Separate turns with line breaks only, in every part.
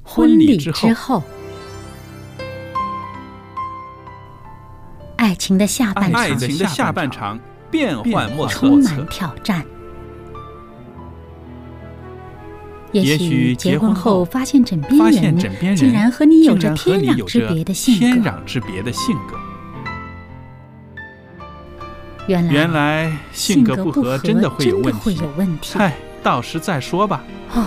婚礼之后，
爱情的下半
爱
场
情的下半场变幻莫测。
充满挑战。
也许
许结
结婚后
后发现枕边
发
人
现枕边人
竟然和你有
竟
着
然和
天
你
壤
有
之
着
别的性
天
格。
壤之别的性格。
原来
原来性格
不
不合真的会有问
会
题
有。问题
嗨，到时再说吧。
哦。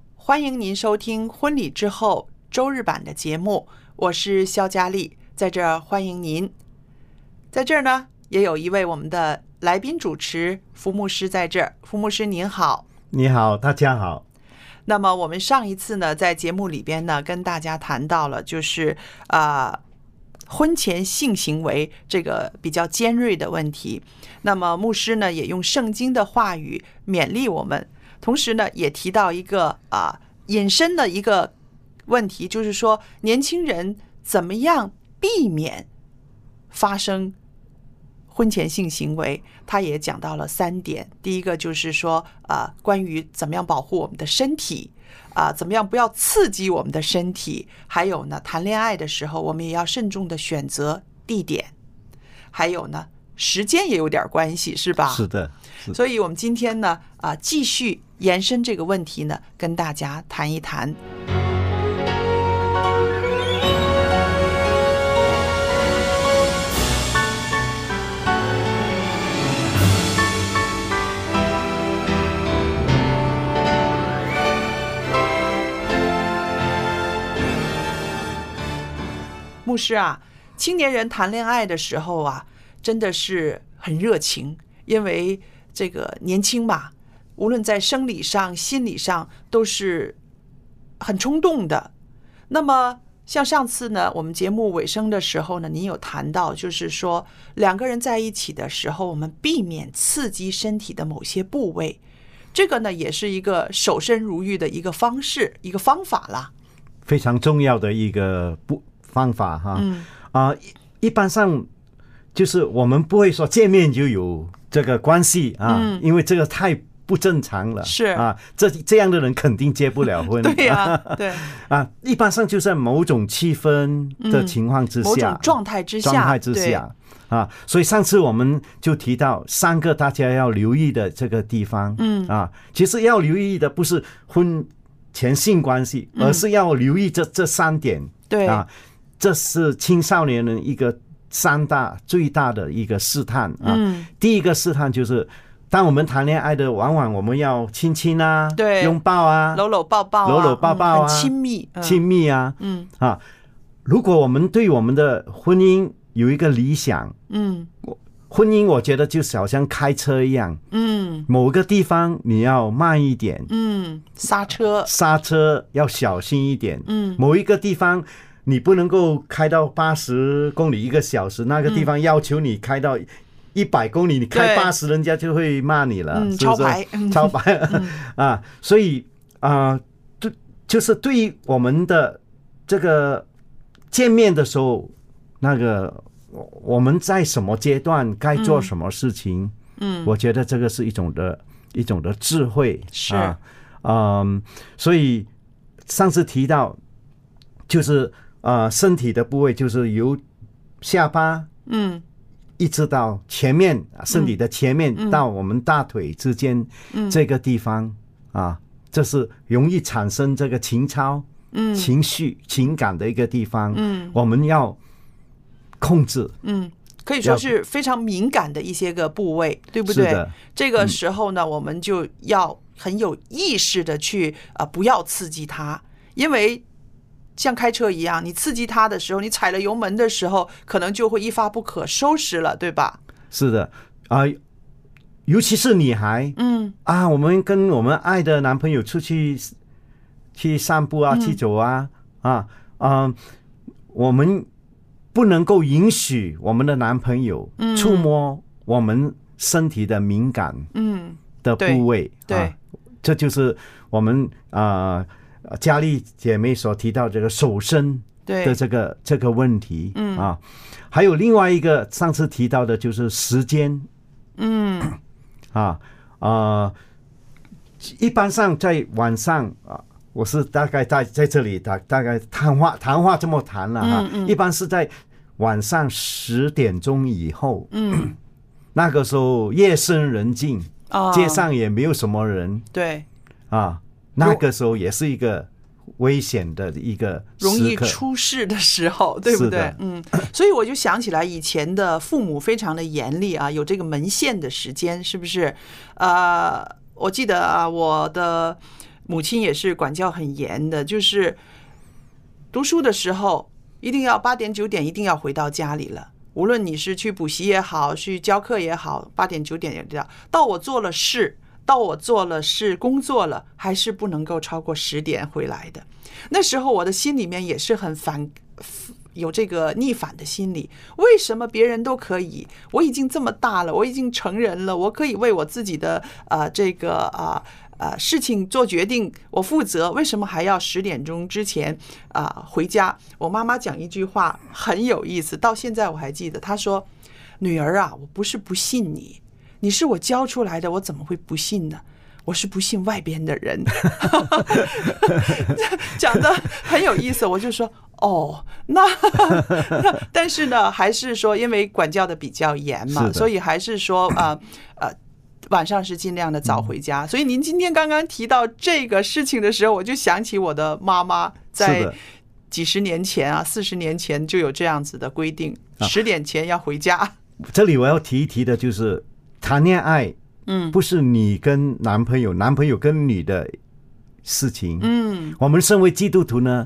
欢迎您收听《婚礼之后》周日版的节目，我是肖佳丽，在这儿欢迎您。在这儿呢，也有一位我们的来宾主持福牧师在这儿，福牧师您好。
你好，大家好。
那么我们上一次呢，在节目里边呢，跟大家谈到了就是呃婚前性行为这个比较尖锐的问题。那么牧师呢，也用圣经的话语勉励我们，同时呢，也提到一个啊、引申的一个问题，就是说年轻人怎么样避免发生婚前性行为，他也讲到了三点。第一个就是说，呃，关于怎么样保护我们的身体，啊、怎么样不要刺激我们的身体。还有呢，谈恋爱的时候，我们也要慎重的选择地点。还有呢，时间也有点关系，是吧？
是的，是的
所以，我们今天呢，啊、继续延伸这个问题呢，跟大家谈一谈。牧师啊，青年人谈恋爱的时候啊，真的是很热情，因为这个年轻嘛，无论在生理上、心理上都是很冲动的。那么，像上次呢，我们节目尾声的时候呢，您有谈到，就是说两个人在一起的时候，我们避免刺激身体的某些部位，这个呢，也是一个守身如玉的一个方式、一个方法啦。
非常重要的一个不方法哈。
嗯
啊、一一般上就是我们不会说见面就有这个关系啊，
嗯
因为这个太不正常了。
是
啊，这这样的人肯定结不了婚。
对呀、对，
啊，一般上就在某种气氛的
嗯
情况 之
某
下，
种状态之下，
状态之
对
下啊，所以上次我们就提到三个大家要留意的这个地方，
嗯
啊，其实要留意的不是婚前性关系，
嗯
而是要留意这这三点
对，
啊，这是青少年人一个三大最大的一个试探啊。
嗯，
第一个试探就是，当我们谈恋爱的，往往我们要亲亲啊，
对
拥抱啊，
搂搂抱抱啊，
搂搂抱抱啊
嗯很亲密，嗯
亲，密啊，
嗯
啊，如果我们对我们的婚姻有一个理想，
嗯
婚姻，我觉得就好像开车一样，
嗯
某个地方你要慢一点，
嗯，刹车，
刹车要小心一点。
嗯
某一个地方你不能够开到八十公里一个小时，那个地方要求你开到一百公里，你
对
开八十，人家就会骂你了，
嗯
啊是
超
不是
牌 嗯
超牌 啊！所以啊，对、就是对于我们的这个见面的时候，那个我我们在什么阶段该做什么事情。
嗯，
我觉得这个是一种的一种的智慧，
是
啊，嗯，所以上次提到就是呃身体的部位，就是由下巴
嗯
一直到前面啊身体的前面、到我们大腿之间、
嗯
这个地方啊，这是容易产生这个情操、
嗯
情绪、情感的一个地方。
嗯
我们要控制，
嗯，可以说是非常敏感的一些个部位，对不
是
对
的？嗯
这个时候呢，我们就要很有意识的去啊、呃不要刺激它，因为。像开车一样，你刺激它的时候，你踩了油门的时候，可能就会一发不可收拾了，对吧？
是的啊、尤其是女孩
嗯
啊，我们跟我们爱的男朋友出去去散步
嗯
啊，去走啊啊啊、我们不能够允许我们的男朋友触摸我们身体的敏感
嗯，
的
对
部位，
对
啊，这就是我们啊、呃佳丽姐妹所提到这个手伸
对
的这个这个问题，
嗯
啊，还有另外一个上次提到的就是时间
嗯
啊啊、呃一般上在晚上啊，我是大概在在这里大大概谈话谈话这么谈了哈、
嗯
一般是在晚上十点钟以后，
嗯
那个时候夜深人静，
啊，
街上也没有什么人
对，
啊，那个时候也是一个危险的一个
容易
时刻
出事的时候，对不
是
对
的？
嗯，所以我就想起来以前的父母非常的严厉啊，有这个门限的时间，是不是？呃，我记得啊，我的母亲也是管教很严的，就是读书的时候一定要八点九点一定要回到家里了。无论你是去补习也好，去教课也好，八点九点也这样。到我做了事，到我做了事，工作了，还是不能够超过十点回来的。那时候我的心里面也是很反，有这个逆反的心理。为什么别人都可以？我已经这么大了，我已经成人了，我可以为我自己的呃这个啊。呃，事情做决定，我负责，为什么还要十点钟之前啊、回家？我妈妈讲一句话很有意思，到现在我还记得。她说：“女儿啊，我不是不信你，你是我教出来的，我怎么会不信呢？我是不信外边的人。” 讲的很有意思，我就说哦，那 那但是呢，还是说因为管教的比较严
是
嘛，
的
所以还是说啊呃。呃晚上是尽量的早回
嗯
家，所以您今天刚刚提到这个事情的时候，我就想起我的妈妈
是
在
的
几十年前啊，四十年前就有这样子的规定，
啊
十点前要回家。
这里我要提一提的就是，谈恋爱
嗯
不是你跟男朋友、男朋友跟你的事情。
嗯
我们身为基督徒呢，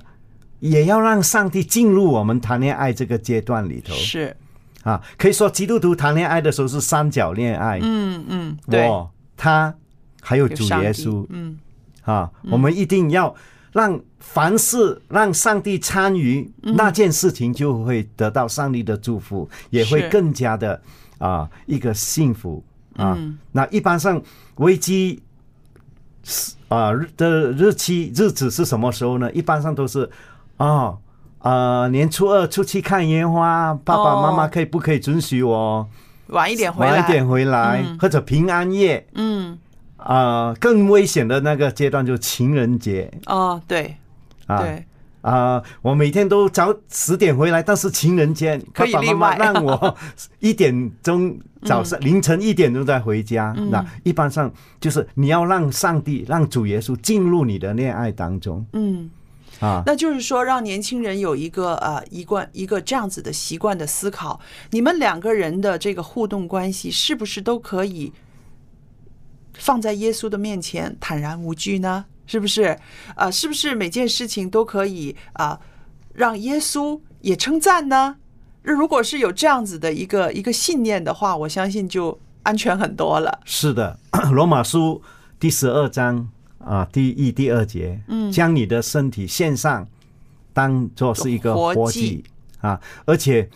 也要让上帝进入我们谈恋爱这个阶段里头
是，
啊。可以说，基督徒谈恋爱的时候是三角恋爱，
嗯嗯，对，
哎我、他还有
有
主
上帝
耶稣
嗯
啊。我们一定要让凡事让上帝参与、
嗯
那件事情，就会得到上帝的祝福，也
是
会更加的啊一个幸福啊。
嗯
那一般上危机是啊日的日期日子是什么时候呢？一般上都是啊。哦呃，年初二出去看烟花，爸爸妈妈
哦
可以不可以准许我
晚一点回来，
晚一点回来，
嗯
或者平安夜？
嗯
啊、更危险的那个阶段就情人节
哦，对
啊啊、
对，
我每天都早十点回来，但是情人节
可以
爸爸
例
妈妈
外嗯
让 我一点钟早上、凌晨一点钟再回家。那一般上就是你要让上帝、让主耶稣进入你的恋爱当中
嗯。
啊。
那就是说，让年轻人有一个呃一贯一个这样子的习惯的思考，你们两个人的这个互动关系是不是都可以放在耶稣的面前坦然无惧呢？是不是？啊，是不是每件事情都可以啊、让耶稣也称赞呢？那如果是有这样子的一个一个信念的话，我相信就安全很多了。
是的， 《罗马书》第十二章啊，第一、第二节，嗯，将你的身体献上，当做是一个
活
活
祭
祭啊，而且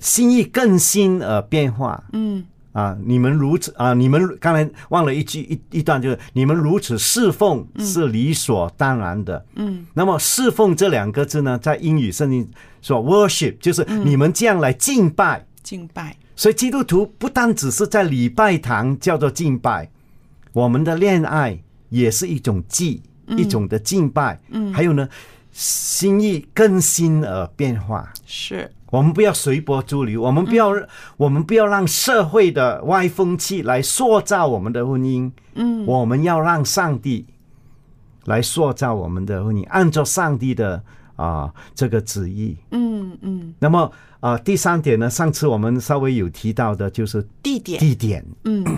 心意更新而变化
嗯
啊。你们如此啊，你们刚才忘了一句一一段，就是你们如此侍奉是理所当然的。
嗯
那么“侍奉”这两个字呢，在英语圣经说 “worship”，就是你们这样来敬拜。
敬拜，
所以基督徒不单只是在礼拜堂叫做敬拜，我们的恋爱也是一种祭，一种的敬拜。嗯，还有呢，心意更新而变化
是
我们不要随波逐流，我们不要、
嗯
我们不要让社会的歪风气来塑造我们的婚姻。嗯，我们要让上帝来塑造我们的婚姻，按照上帝的啊、这个旨意。
嗯嗯，
那么啊、第三点呢，上次我们稍微有提到的就是
地点
地点，嗯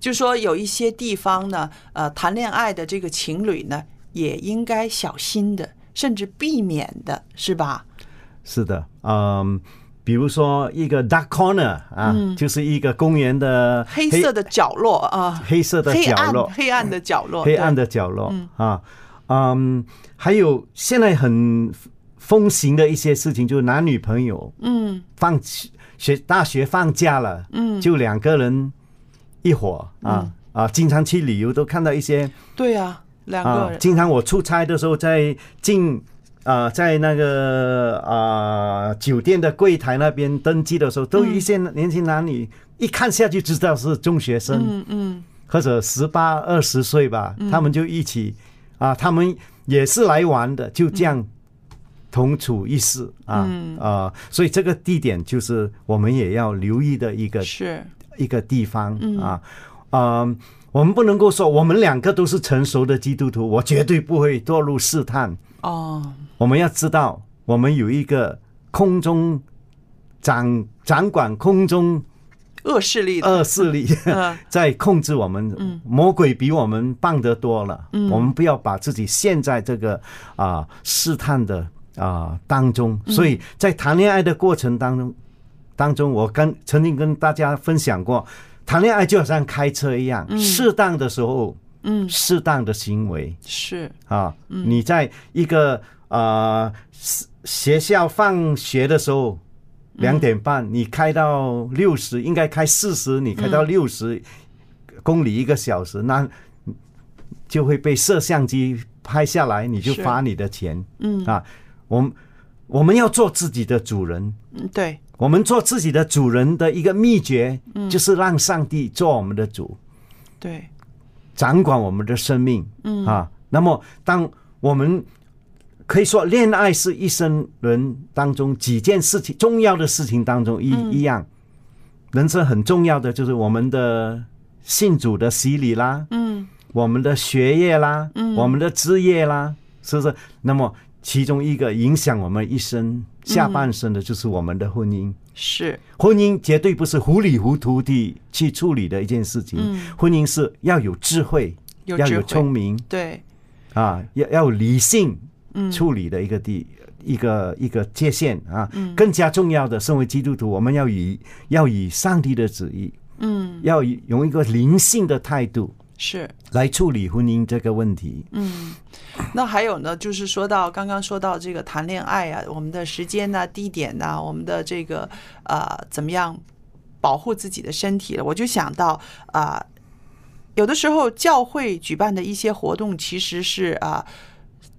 就说有一些地方呢，呃，谈恋爱的这个情侣呢，也应该小心的，甚至避免的，是吧？
是的，嗯。比如说一个 dark corner 啊，就是一个公园的
嗯黑色的角落啊，
黑色的
黑
角
暗
落，嗯
黑暗的角落，
黑暗
哦对
的角落啊，嗯，还有现在很风行的一些事情，就是男女朋友
嗯
放学大学放假了，嗯，就两个人一伙
嗯
啊啊，经常去旅游都看到一些
对啊，两个
啊，
人
经常我出差的时候在进。啊、在那个啊、酒店的柜台那边登记的时候，都
嗯
一些年轻男女、一看下去知道是中学生，
嗯嗯
或者十八二十岁吧，他们就一起啊，他们也是来玩的，就这样同处一室啊啊，所以这个地点就是我们也要留意的一个
是
一个地方啊啊。嗯我们不能够说我们两个都是成熟的基督徒，我绝对不会堕入试探。
哦，
我们要知道，我们有一个空中掌掌管空中
恶势力的，
恶势力，
嗯
在控制我们。魔鬼比我们棒得多了。我们不要把自己陷在这个啊、试探的啊、当中。所以在谈恋爱的过程当中，当中我跟曾经跟大家分享过，谈恋爱就好像开车一样，适当的时候，
嗯，
适当的行为
是
啊，你在一个啊、学学校放学的时候。两点半，你开到六十，应该开四十，你开到六十公里一个小时，那就会被摄像机拍下来，你就是罚你的钱。嗯啊，我们我们要做自己的主人，
嗯对，
我们做自己的主人的一个秘诀，就是让上帝做我们的主。
对，
掌管我们的生命，嗯啊，那么当我们可以说，恋爱是一生人当中几件事情重要的事情当中一、一样，人生很重要的就是我们的信主的洗礼啦，
嗯，
我们的学业啦，嗯，我们的职业啦，是不是？那么其中一个影响我们一生下半生的就是我们的婚姻，
是
婚姻绝对不是糊里糊涂地去处理的一件事情，婚姻是要有智慧，
有
要
智
有
慧
聪明
对，
啊，要要有理性处理的一个地、一个一个界限啊。更加重要的，身为基督徒，我们要以要以上帝的旨意，
嗯
要以用一个灵性的态度
是。
来处理婚姻这个问题。
嗯那还有呢，就是说到刚刚说到这个谈恋爱啊，我们的时间呐、地点呐、我们的这个呃怎么样保护自己的身体了，我就想到啊、有的时候教会举办的一些活动其实是啊。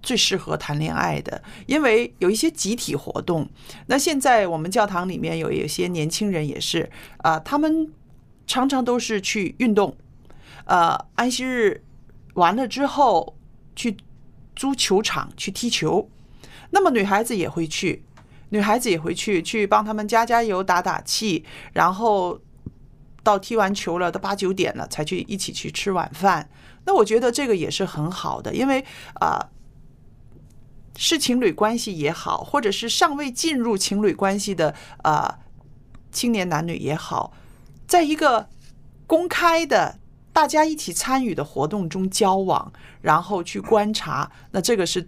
最适合谈恋爱的，因为有一些集体活动。那现在我们教堂里面有有些年轻人也是啊、他们常常都是去运动，呃，安息日完了之后去租球场去踢球，那么女孩子也会去，女孩子也会去去帮他们加加油、打打气，然后到踢完球了，都八九点了才去一起去吃晚饭。那我觉得这个也是很好的，因为啊。是情侣关系也好，或者是尚未进入情侣关系的啊、青年男女也好，在一个公开的、大家一起参与的活动中交往，然后去观察，那这个是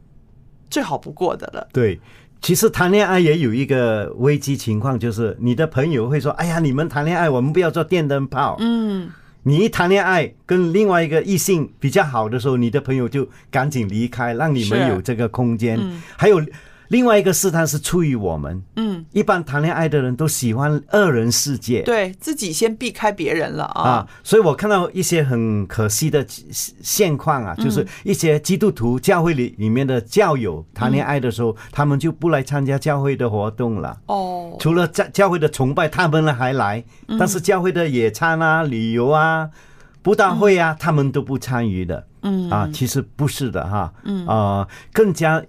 最好不过的了。
对，其实谈恋爱也有一个危机情况，就是你的朋友会说：“哎呀，你们谈恋爱，我们不要做电灯泡。”
嗯，
你一谈恋爱跟另外一个异性比较好的时候，你的朋友就赶紧离开，让你们
是
有这个空间。还有另外一个试探是出于我们，
嗯，
一般谈恋爱的人都喜欢二人世界，
对自己先避开别人了啊
啊。，所以我看到一些很可惜的现现况
嗯
啊，就是一些基督徒教会里里面的教友谈恋爱的
嗯
时候，他们就不来参加教会的活动了。
哦，
除了教教会的崇拜，他们还来，但是教会的野餐啊、旅游啊、布道会啊，他们都不参与的。嗯啊，其实不是的哈。嗯啊、更加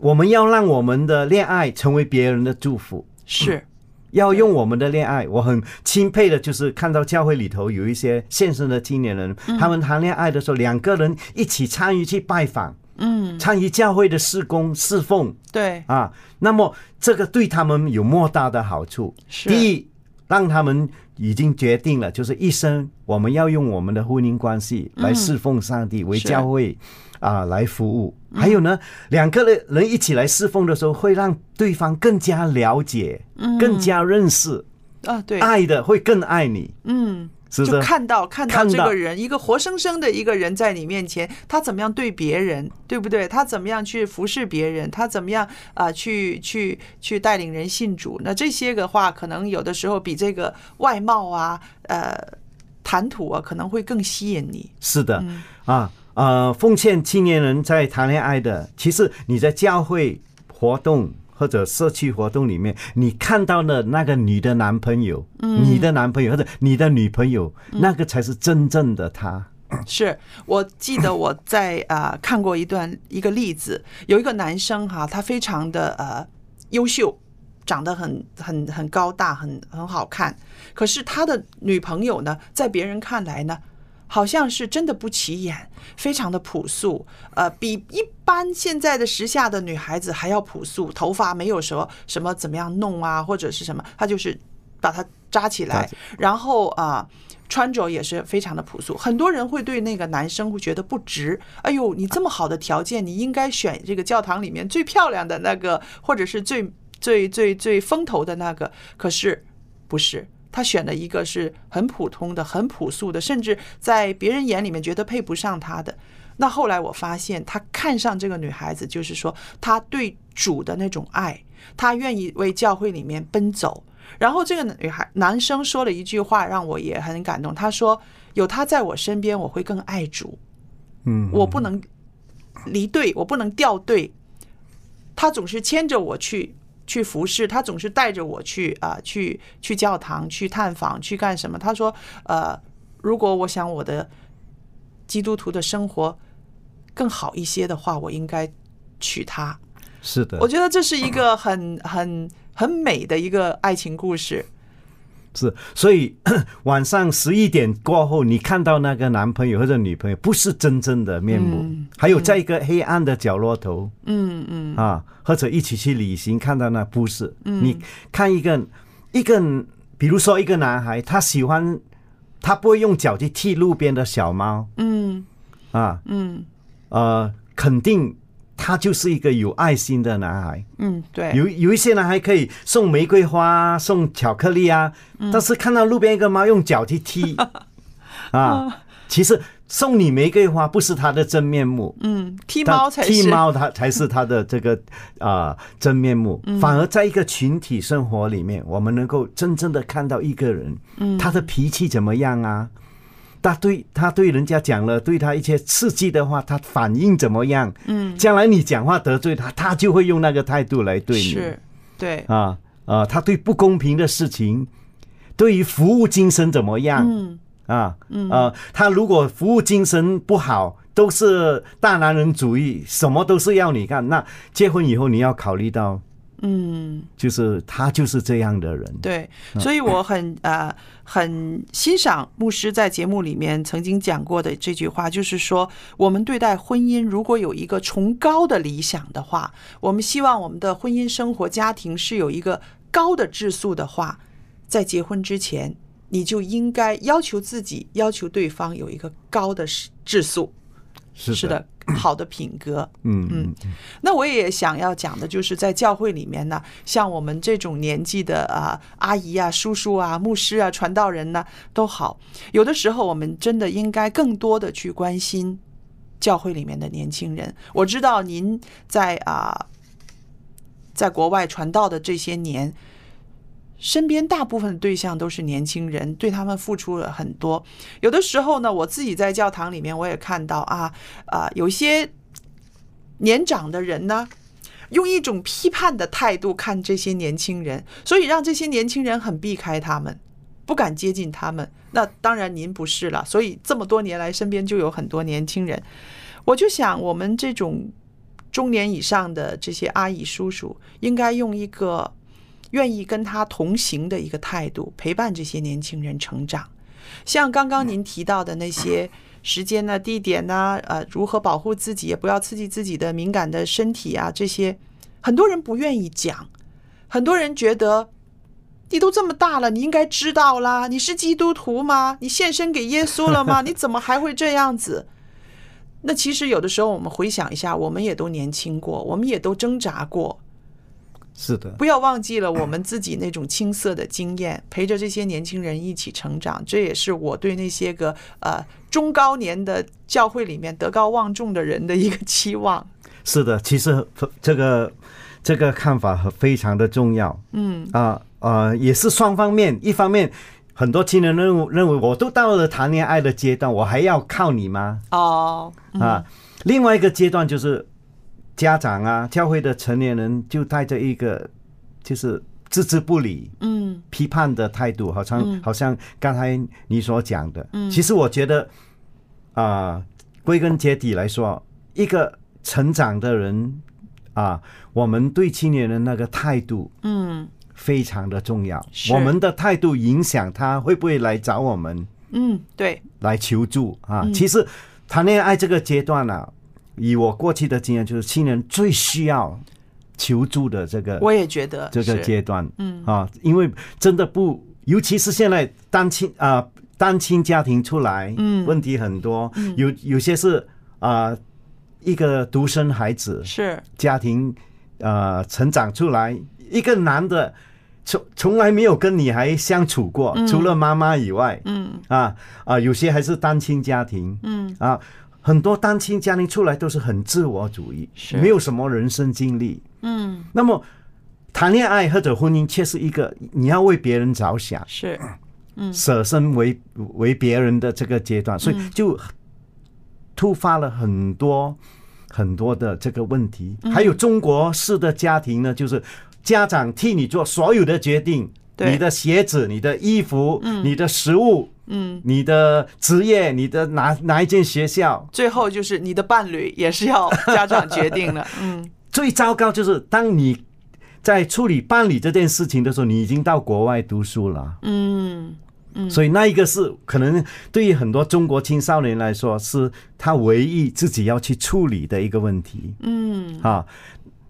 我们要让我们的恋爱成为别人的祝福，
是
要用我们的恋爱，我很钦佩的，就是看到教会里头有一些现实的青年人，他们谈恋爱的时候，两个人一起参与去拜访，嗯，参与教会的施工侍奉
对，
啊，那么这个对他们有莫大的好处。
是
第一，让他们已经决定了，就是一生我们要用我们的婚姻关系来侍奉上帝，为
是嗯
教会啊、来服务。还有呢，两个人人一起来侍奉的时候，会让对方更加了解，更加认识，
啊，嗯对，
爱的会更爱你，
嗯，
是不？
就是看到看到
看
这
到
个人，一个活生生的一个人在你面前，他怎么样对别人，对不对？他怎么样去服侍别人？他怎么样啊、去去去带领人信主？那这些的话，可能有的时候比这个外貌啊，呃，谈吐啊，可能会更吸引你。
是的，啊呃，奉劝青年人在谈恋爱的，其实你在教会活动或者社区活动里面，你看到的那个你的男朋友、你的男朋友或者你的女朋友，那个才是真正的他。
是我记得我在啊、呃看过一段一个例子，有一个男生哈、他非常的呃优秀，长得很很很高大，很很好看。可是他的女朋友呢，在别人看来呢，好像是真的不起眼，非常的朴素，呃，比一般现在的时下的女孩子还要朴素，头发没有什么什么怎么样弄啊，或者是什么，她就是把它扎起
扎
来
起，
然后啊、穿着也是非常的朴素。很多人会对那个男生会觉得不值，哎呦，你这么好的条件，你应该选这个教堂里面最漂亮的那个，或者是最最最最风头的那个。可是不是，他选了一个是很普通的、很朴素的，甚至在别人眼里面觉得配不上他的。那后来我发现，他看上这个女孩子，就是说他对主的那种爱，他愿意为教会里面奔走。然后这个女孩男生说了一句话，让我也很感动。他说：“有他在我身边，我会更爱主。”
嗯，
我不能离队，我不能掉队。他总是牵着我去去服侍，他总是带着我去啊、去去教堂、去探访、去干什么？他说，呃，如果我想我的基督徒的生活更好一些的话，我应该娶她。
是的
我，觉得这是一个很很很美的一个爱情故事。
是。所以 晚上十一点过后，你看到那个男朋友或者女朋友，不是真正的面目，还有在一个黑暗的角落头。
嗯嗯，
啊，或者一起去旅行，看到那不是，你看一个一个，比如说一个男孩，他喜欢，他不会用脚去踢路边的小猫，嗯，啊，嗯，呃，肯定他就是一个有爱心的男孩。
嗯，对，
有有一些男孩可以送玫瑰花、啊、送巧克力啊，
嗯
但是看到路边一个猫用脚 去踢，
哦
啊，其实送你玫瑰花不是他的真面目，
嗯，踢
他
猫才是
剃猫它才是它的 这个啊、真面目。
嗯
反而在一个群体生活里面，我们能够真正的看到一个人，
嗯
他的脾气怎么样啊？他对他对人家讲了对他一些刺激的话，他反应怎么样？嗯，将来你讲话得罪他，他就会用那个态度来对你。
是，对，
啊啊，他对不公平的事情，对于服务精神怎么样？
嗯
啊，呃，他如果服务精神不好，都是大男人主义，什么都是要你干。那结婚以后，你要考虑到，
嗯。
就是他就是这样的人。
对，嗯所
嗯
以我很呃很欣赏牧师在节目里面曾经讲过的这句话，就是说，我们对待婚姻如果有一个崇高的理想的话，我们希望我们的婚姻生活、家庭是有一个高的质素的话，在结婚之前，你就应该要求自己、要求对方有一个高的质素，
是
是，的，好的品格。
嗯嗯，
那我也想要讲的就是，在教会里面呢，像我们这种年纪的啊、阿姨啊、叔叔啊、牧师啊、传道人呢、都好，有的时候我们真的应该更多的去关心教会里面的年轻人。我知道您在啊、在国外传道的这些年，身边大部分对象都是年轻人，对他们付出了很多。有的时候呢，我自己在教堂里面我也看到啊啊、有一些年长的人呢，用一种批判的态度看这些年轻人，所以让这些年轻人很避开他们，不敢接近他们。那当然您不是了，所以这么多年来，身边就有很多年轻人。我就想，我们这种中年以上的这些阿姨叔叔，应该用一个愿意跟他同行的一个态度，陪伴这些年轻人成长。像刚刚您提到的那些时间呢、地点呢、呃，如何保护自己，也不要刺激自己的敏感的身体啊，这些很多人不愿意讲，很多人觉得你都这么大了，你应该知道啦。你是基督徒吗？你献身给耶稣了吗？你怎么还会这样子？那其实有的时候我们回想一下，我们也都年轻过，我们也都挣扎过。
是的，
不要忘记了我们自己那种青涩的经验，陪着这些年轻人一起成长。这也是我对那些个呃中高年的教会里面德高望重的人的一个期望。
是的，其实这个这个看法很非常的重要。嗯啊呃，也是双方面，一方面很多青年认为认为我都到了谈恋爱的阶段，我还要靠你吗？
哦，
啊，另外一个阶段就是家长啊，教会的成年人就带着一个就是置之不理、
嗯
批判的态度，好像好像刚才你所讲的，
嗯
其实我觉得啊、归根结底来说，一个成长的人啊，我们对青年人那个态度
嗯
非常的重要，
是
我们的态度影响他会不会来找我们。
嗯，对，
来求助啊。
嗯
其实谈恋爱这个阶段呢、以我过去的经验，就是青年最需要求助的这个
我也觉得
这个
是
阶段，
嗯
啊，因为真的不，尤其是现在单亲啊、单亲家庭出来，
嗯
问题很多，有有些是啊、一个独生孩子，
是
家庭呃成长出来，一个男的从从来没有跟女孩相处过，除了妈妈以外，
嗯
啊啊，有些还是单亲家庭，
嗯
啊，很多单亲家庭出来都是很自我主义，
是
没有什么人生经历。
嗯
那么谈恋爱或者婚姻却是一个你要为别人着想、
是嗯
舍身为为别人的这个阶段，所以就突发了很多很多的这个问题。
嗯
还有中国式的家庭呢，就是家长替你做所有的决定。
对
你的鞋子、你的衣服、你的食物、
嗯，
你的职业、你的哪哪一间学校，
最后就是你的伴侣也是要家长决定 的，嗯
最糟糕就是当你在处理办理这件事情的时候，你已经到国外读书了，
嗯
所以那一个是可能对于很多中国青少年来说，是他唯一自己要去处理的一个问题
嗯
啊。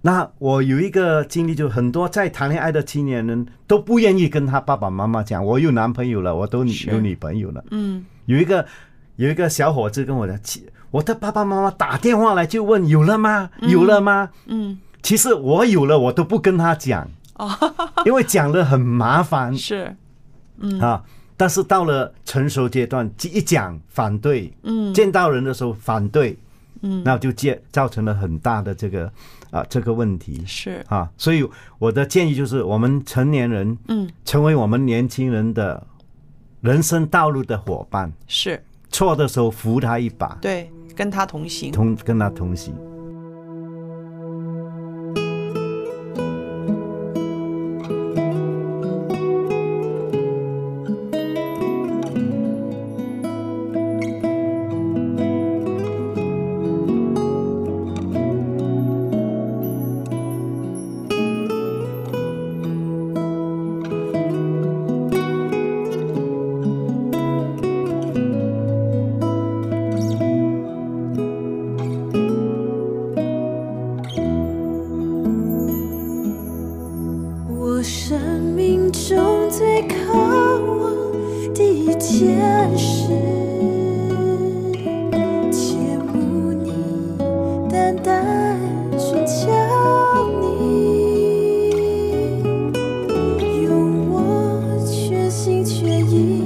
那我有一个经历，就很多在谈恋爱的青年人都不愿意跟他爸爸妈妈讲，我有男朋友了，我都
是
有女朋友了。
嗯
有一个有一个小伙子跟我讲，其我的爸爸妈妈打电话来就问有了吗？有了吗？
嗯
其实我有了，我都不跟他讲，
哦
因为讲了很麻烦
嗯是嗯
啊。但是到了成熟阶段，一讲反对，
嗯
见到人的时候反对，
嗯，
那就建造成了很大的这个啊这个问题
是
啊。所以我的建议就是，我们成年人
嗯
成为我们年轻人的人生道路的伙伴，
是
错的时候扶他一把，
对，跟他同行。
同跟他同行。
我生命中最渴望的一件事，切慕你，单单寻求你，用我全心全意，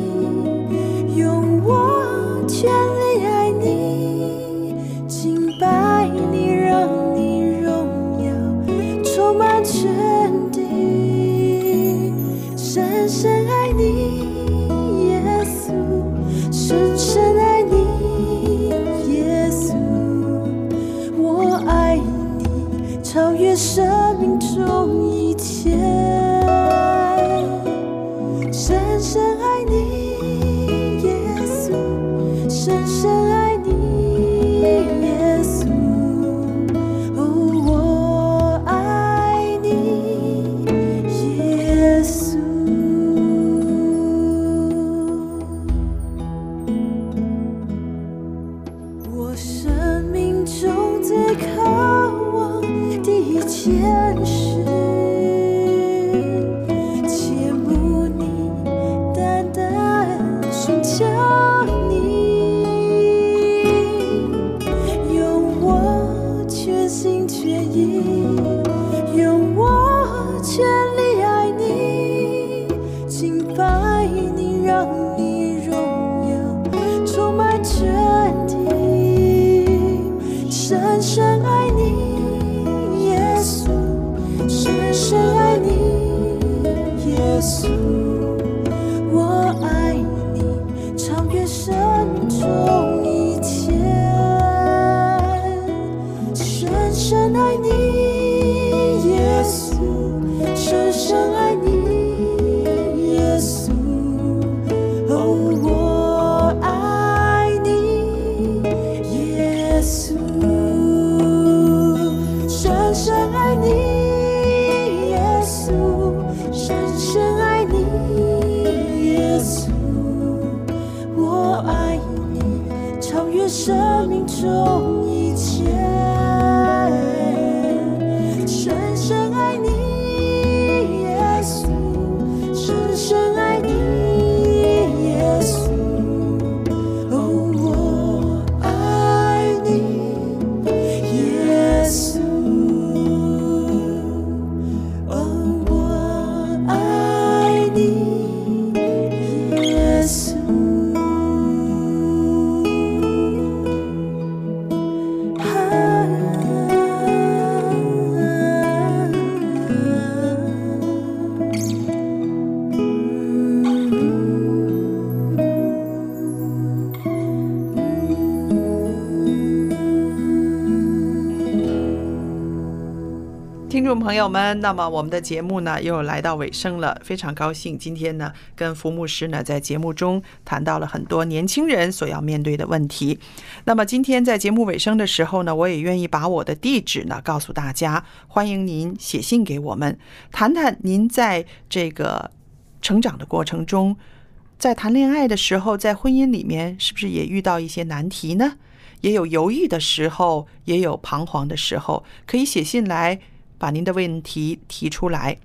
用我全力爱你，敬拜你，让你荣耀。充满真谛，深深爱你，耶稣，深深爱你，耶稣，我爱你，超越生命中一切，深深爱你，耶稣，深深爱你，耶稣。哦，我爱你，耶哦哦啊啊
听众朋友们，那么我们的节目呢又来到尾声了，非常高兴今天呢跟福牧师呢在节目中谈到了很多年轻人所要面对的问题。那么今天在节目尾声的时候呢，我也愿意把我的地址呢告诉大家，欢迎您写信给我们，谈谈您在这个成长的过程中，在谈恋爱的时候，在婚姻里面是不是也遇到一些难题呢？也有犹豫的时候，也有彷徨的时候，可以写信来把您的问题提出来。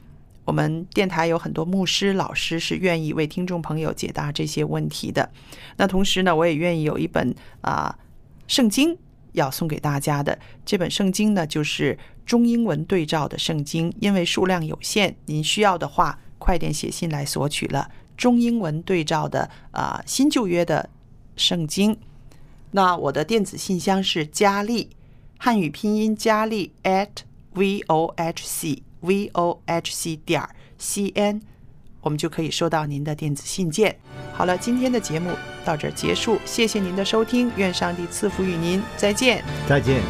我们电台有很多牧师、老师是愿意为听众朋友解答这些问题的。那同时呢，我也愿意有一本啊、圣经要送给大家的。这本圣经呢，就是中英文对照的圣经，因为数量有限，您需要的话，快点写信来索取了。中英文对照的啊、新旧约的圣经。那我的电子信箱是佳丽，汉语拼音佳丽 at v o h c v o h c 点 c n，我们就可以收到您的电子信件。好了，今天的节目到这儿结束，谢谢您的收听，愿上帝赐福与您，再见。
再见。